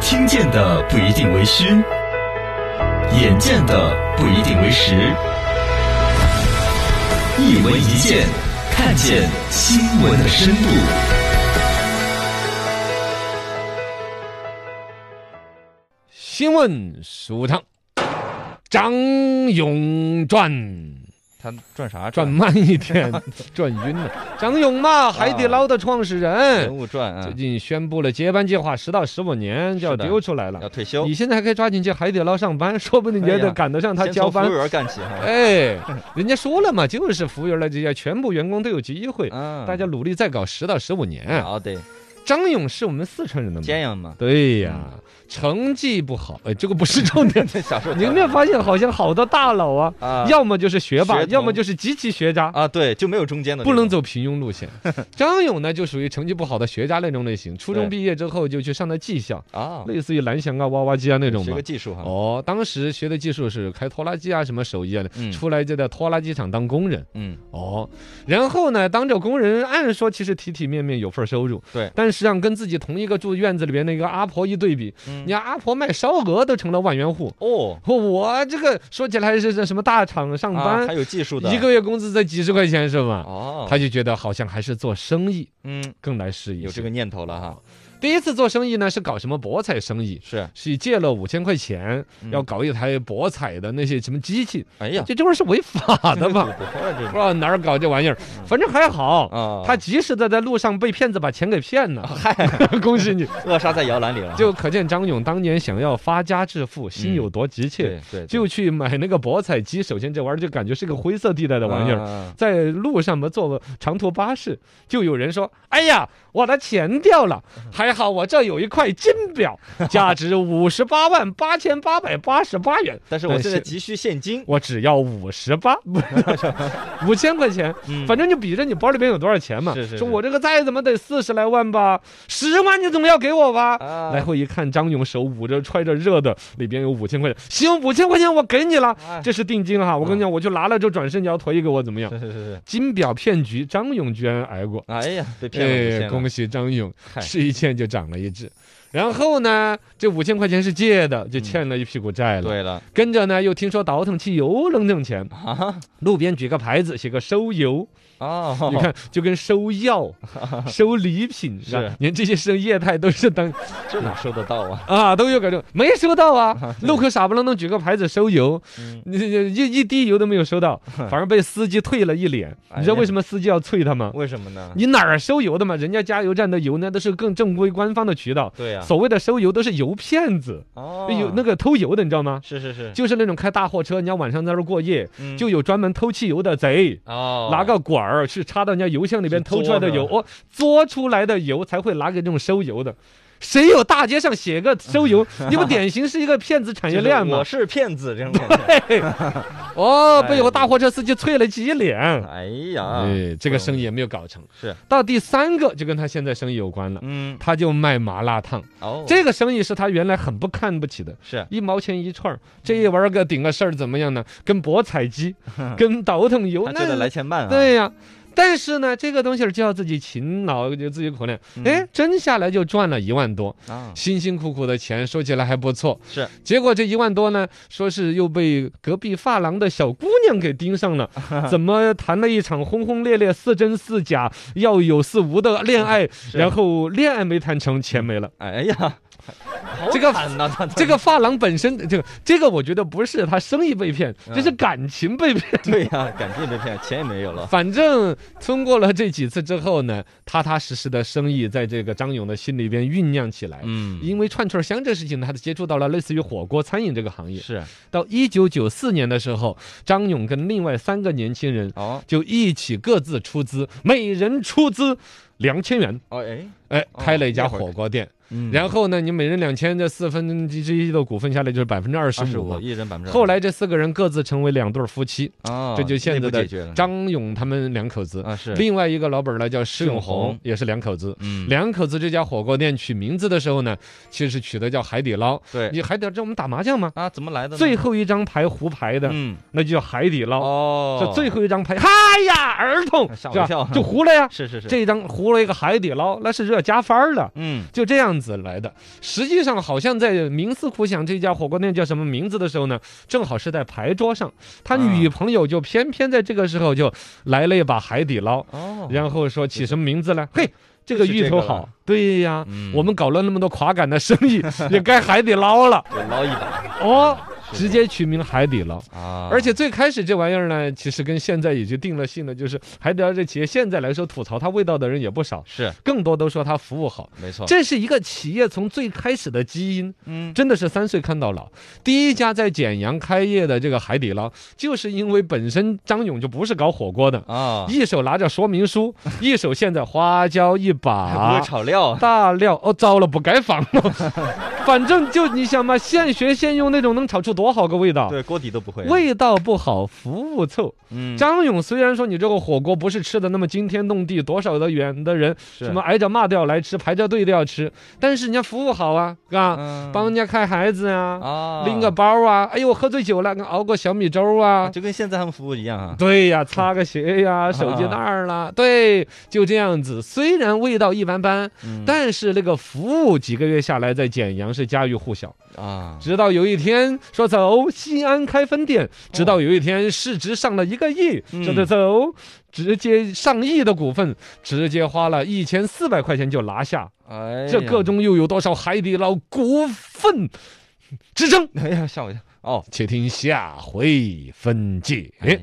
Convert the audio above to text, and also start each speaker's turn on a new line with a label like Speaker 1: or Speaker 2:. Speaker 1: 听见的不一定为虚，眼见的不一定为实。一文一见，看见新闻的深度。
Speaker 2: 新闻书堂，张勇转。
Speaker 3: 他转啥
Speaker 2: 转慢一点， 转晕了。张勇嘛，海底捞的创始
Speaker 3: 人
Speaker 2: 人，
Speaker 3: 物传啊
Speaker 2: 最，近宣布了接班计划，十到十五年就要
Speaker 3: 是的
Speaker 2: 丢出来
Speaker 3: 要
Speaker 2: 了。
Speaker 3: 退休
Speaker 2: 你，现在还可以抓紧去海底捞上 班，说不定你还
Speaker 3: 可以
Speaker 2: 得
Speaker 3: 啊
Speaker 2: 赶得上他
Speaker 3: 先
Speaker 2: 交
Speaker 3: 从服
Speaker 2: 班
Speaker 3: 务。员干起哈。
Speaker 2: 哎，人家说了嘛，就是服务员来这些，全部员工都有机会。
Speaker 3: 嗯，啊
Speaker 2: 大家努力再搞十到十五年。
Speaker 3: 好的，
Speaker 2: 张勇是我们四川人的
Speaker 3: 煎
Speaker 2: 嘛？。
Speaker 3: 样嘛
Speaker 2: 对呀，成绩不好，哎，这个不是重点。
Speaker 3: 嗯 小时候
Speaker 2: 你有没有发现，好像好多大佬啊，
Speaker 3: 啊
Speaker 2: 要么就是学霸，
Speaker 3: 学
Speaker 2: 要么
Speaker 3: 童
Speaker 2: 就是极其学渣。
Speaker 3: 啊？对，就没有中间的，
Speaker 2: 不能。走平庸路 线。张勇呢，就属于成绩不好的学渣那种类型，初中
Speaker 3: 对
Speaker 2: 毕业之后就去上的技校，
Speaker 3: 啊，
Speaker 2: 类似于蓝翔啊、挖挖机啊那种
Speaker 3: 学
Speaker 2: 嘛
Speaker 3: 个。技术哈。
Speaker 2: 哦，当时学的技术是开拖拉机啊，什么手艺啊的，
Speaker 3: 嗯
Speaker 2: 出来就在拖拉机厂当工人。
Speaker 3: 嗯，
Speaker 2: 哦，然后呢，当着工人，按说其实体体面面有份收入，
Speaker 3: 对
Speaker 2: 但实际上跟自己同一个住院子里边那个阿婆一对比，
Speaker 3: 嗯
Speaker 2: 你看阿婆卖烧鹅都成了万元户，
Speaker 3: 哦，
Speaker 2: 我这个说起来是这什么大厂上
Speaker 3: 啊，
Speaker 2: 班
Speaker 3: 还，有技术的。
Speaker 2: 一个月工资才几十块钱是吧？
Speaker 3: 哦，
Speaker 2: 他就觉得好像还是做生意
Speaker 3: 嗯，
Speaker 2: 更来适宜。
Speaker 3: 有这个念头了哈。
Speaker 2: 第一次做生意呢，是搞什么博彩生意，
Speaker 3: 是，
Speaker 2: 是借了五千块钱
Speaker 3: 嗯
Speaker 2: 要搞一台博彩的那些什么机器，
Speaker 3: 哎呀，
Speaker 2: 这这玩意儿是违法的
Speaker 3: 赌
Speaker 2: 吧？
Speaker 3: 博呀啊这
Speaker 2: 不
Speaker 3: 种
Speaker 2: 知道哪儿搞这玩意儿，反正还好。
Speaker 3: 嗯啊，
Speaker 2: 他及时的在路上被骗子把钱给骗了，嗨，
Speaker 3: 啊
Speaker 2: 恭喜你！
Speaker 3: 扼杀在摇篮里了哈。
Speaker 2: 就可见张勇当年想要发家致富，心有多急切，
Speaker 3: 对对，
Speaker 2: 就去买那个博彩机。首先这玩意儿就感觉是个灰色地带的
Speaker 3: 这
Speaker 2: 玩意儿，
Speaker 3: 儿。
Speaker 2: 在路上嘛，坐长途巴士，就有人说：“哎呀，我的钱掉了，还好我这有一块金表， 价值五十八万八千八百八十八元，
Speaker 3: 但是我
Speaker 2: 但
Speaker 3: 现在
Speaker 2: 是
Speaker 3: 急需现金，
Speaker 2: 我只要五十八，五千块钱，
Speaker 3: 嗯
Speaker 2: 反正就比着你包里边有多少钱嘛。
Speaker 3: 是是是
Speaker 2: 说我这个再怎么得四十来万吧，十万你总要给我吧。”
Speaker 3: 啊，
Speaker 2: 来回一看，张勇手捂着揣着热的，里边有五千块钱。行，五千块钱我给你了，
Speaker 3: 哎
Speaker 2: 这是定金哈。我跟你讲，我就拿了就转身你要退给我怎么样？
Speaker 3: 是是是是，
Speaker 2: 金表骗局，张勇居然挨过。
Speaker 3: 哎呀，被骗了被
Speaker 2: 哎，
Speaker 3: 骗了
Speaker 2: 恭喜张勇，
Speaker 3: 嗨
Speaker 2: 吃一堑就长了一智。然后呢，这五千块钱是借的，就欠了一屁股债了。
Speaker 3: 嗯对啊了，
Speaker 2: 跟着呢，又听说倒腾汽油能挣 钱，路边举个牌子，写个收油，
Speaker 3: 哦，
Speaker 2: 你看就跟收 药、收礼品
Speaker 3: 是
Speaker 2: 吧连这些生业态都是当
Speaker 3: 这哪收得到啊？
Speaker 2: 啊都有感觉，没收到 啊，路口傻不愣登举个牌子收油，
Speaker 3: 嗯，
Speaker 2: 你这一一滴油都没有收 到，反而被司机退了一脸。
Speaker 3: 哎呀
Speaker 2: 你知道为什么司机要退他吗？
Speaker 3: 为什么呢？
Speaker 2: 你哪儿收油的嘛？人家加油站的油呢，都是更正规官方的渠道。
Speaker 3: 对呀，
Speaker 2: 所谓的收油都是油骗子，
Speaker 3: 哦，
Speaker 2: 有哎那个偷油的，你知道吗？
Speaker 3: 是是是，
Speaker 2: 就是那种开大货车，人家晚上在那儿过夜，
Speaker 3: 嗯
Speaker 2: 就有专门偷汽油的贼，
Speaker 3: 哦，
Speaker 2: 拿个管儿去插到人家油箱里边
Speaker 3: 去
Speaker 2: 偷出来的
Speaker 3: 嘬
Speaker 2: 油，哦，嘬出来的油才会拿给这种收油的。谁有大街上写个收 油？你不典型是一个骗子产
Speaker 3: 就是
Speaker 2: 业链
Speaker 3: 我
Speaker 2: 吗？
Speaker 3: 是骗子这种感觉。
Speaker 2: 哦，被
Speaker 3: 哎
Speaker 2: 有个大货车司机啐了几脸。
Speaker 3: 哎呀，
Speaker 2: 哎，这个生
Speaker 3: 意，
Speaker 2: 意也没有搞成。
Speaker 3: 是，
Speaker 2: 到第三个就跟他现在生意有关了。
Speaker 3: 嗯，
Speaker 2: 他就卖麻辣烫，
Speaker 3: 哦，
Speaker 2: 这个生意是他原来很不看不起的，
Speaker 3: 是
Speaker 2: 一毛钱一串儿，
Speaker 3: 嗯
Speaker 2: 这一玩儿个顶个事儿怎么样呢？跟博彩 机，跟倒腾油，
Speaker 3: 他
Speaker 2: 那
Speaker 3: 觉得来钱慢啊，
Speaker 2: 对呀、但是呢，这个东西儿就要自己勤劳，就自己苦练。
Speaker 3: 嗯，
Speaker 2: 哎，真下来就赚了一万多，
Speaker 3: 啊，
Speaker 2: 辛辛苦苦的钱，说起来还不错。
Speaker 3: 是，
Speaker 2: 结果这一万多呢，说是又被隔壁发廊的小姑娘给盯上 了，怎么谈了一场轰轰烈烈、似真似假、要有似无的恋爱，然后恋爱没谈成，钱没了。
Speaker 3: 哎呀，
Speaker 2: 这个
Speaker 3: 惨呐，他
Speaker 2: 这个发廊本身，这个这个，我觉得不是他生意被骗，
Speaker 3: 嗯
Speaker 2: 这是感情被 骗。
Speaker 3: 对呀，感情被骗，钱也没有了，
Speaker 2: 反正通过了这几次之后呢，踏踏实实的生意在这个张勇的心里边酝酿起来。
Speaker 3: 嗯，
Speaker 2: 因为串串香这事情呢，他就接触到了类似于火锅餐饮这个行业。
Speaker 3: 是，
Speaker 2: 到一九九四年的时候，张勇跟另外三个年轻人
Speaker 3: 哦，
Speaker 2: 就一起各自出资，每人出资两千元，
Speaker 3: 哦，哎，
Speaker 2: 哎，
Speaker 3: 哦
Speaker 2: 开了一家
Speaker 3: 那会儿
Speaker 2: 火锅店。
Speaker 3: 嗯
Speaker 2: 然后呢，你每人两千，这四分之一的股份下来就是百分之二
Speaker 3: 二
Speaker 2: 十
Speaker 3: 十
Speaker 2: 五啊
Speaker 3: 五，。一人百分之二十五，
Speaker 2: 后来这四个人各自成为两对儿夫妻，
Speaker 3: 啊，
Speaker 2: 这就现
Speaker 3: 内
Speaker 2: 在
Speaker 3: 部
Speaker 2: 的
Speaker 3: 解决了，
Speaker 2: 张勇他们两口子，
Speaker 3: 啊是，
Speaker 2: 另外一个老板儿呢叫施
Speaker 3: 施
Speaker 2: 永
Speaker 3: 永
Speaker 2: 红
Speaker 3: 红，
Speaker 2: 也是两口子。
Speaker 3: 嗯，
Speaker 2: 两口子这家火锅店取名字的时候呢，其实取的叫海底捞。
Speaker 3: 对，
Speaker 2: 你海底捞，这我们打麻将吗？
Speaker 3: 啊，怎么来的呢？
Speaker 2: 最后一张牌胡牌的，
Speaker 3: 嗯，
Speaker 2: 那就叫海底捞。
Speaker 3: 哦，
Speaker 2: 这最后一张牌，嗨呀，儿童
Speaker 3: 吓我
Speaker 2: 是吧
Speaker 3: 一跳
Speaker 2: 就胡了呀。
Speaker 3: 是是是，
Speaker 2: 这一张胡了一个海底捞，那是热加番儿了。
Speaker 3: 嗯，
Speaker 2: 就这样子来的。实际上，好像在冥思苦想这家火锅店叫什么名字的时候呢，正好是在牌桌上，他
Speaker 3: 啊
Speaker 2: 女朋友就偏偏在这个时候就来了一把海底捞，
Speaker 3: 哦，
Speaker 2: 然后说起什么名字呢？嘿，这个
Speaker 3: 是
Speaker 2: 芋
Speaker 3: 这
Speaker 2: 头
Speaker 3: 个了啊
Speaker 2: 好，对呀。
Speaker 3: 嗯
Speaker 2: 我们搞了那么多垮杆的生意，也该海底捞了
Speaker 3: 就捞一把
Speaker 2: 哦，直接取名海底捞。
Speaker 3: 啊
Speaker 2: 而且最开始这玩意儿呢，其实跟现在已经定了性了，就是海底捞这企业现在来说吐槽它味道的人也不少，
Speaker 3: 是
Speaker 2: 更多都说它服务好。
Speaker 3: 没错，
Speaker 2: 这是一个企业从最开始的基因，
Speaker 3: 嗯
Speaker 2: 真的是三岁看到老。第一家在简阳开业的这个海底捞，就是因为本身张勇就不是搞火锅的，
Speaker 3: 啊，
Speaker 2: 一手拿着说明书，一手现在花椒一
Speaker 3: 还不
Speaker 2: 把
Speaker 3: 会，炒料，
Speaker 2: 大料哦，糟了，不该放了。 反正就你想嘛，现学现用那种，能炒出多好个味道？
Speaker 3: 对，锅底都不会，
Speaker 2: 味道不好，服务凑。
Speaker 3: 哎嗯
Speaker 2: 张勇虽然说你这个火锅不是吃的那么惊天动地，多少的远的人
Speaker 3: 是
Speaker 2: 什么挨着骂都要来吃，排着队都要吃，但是人家服务好啊，啊，
Speaker 3: 嗯
Speaker 2: 帮人家看孩子啊，
Speaker 3: 啊
Speaker 2: 拎个包啊，哎呦，喝醉酒了，熬个小米粥啊。
Speaker 3: 就啊跟现在他们服务一样啊，
Speaker 2: 对呀，擦个鞋呀，手机袋儿啦，对，就这样子。虽然味道一般般，
Speaker 3: 嗯
Speaker 2: 但是那个服务几个月下来，在简阳是家喻户晓。
Speaker 3: 啊，
Speaker 2: 直到有一天说走西安开分店，直到有一天市值上了一个亿，
Speaker 3: 哦嗯
Speaker 2: 说走走，直接上亿的股份，直接花了一千四百块钱就拿下。
Speaker 3: 哎呀
Speaker 2: 这个中又有多少海底捞股份之争？
Speaker 3: 哎呀吓我一跳哦，
Speaker 2: 且听下回分解。
Speaker 3: 哎呀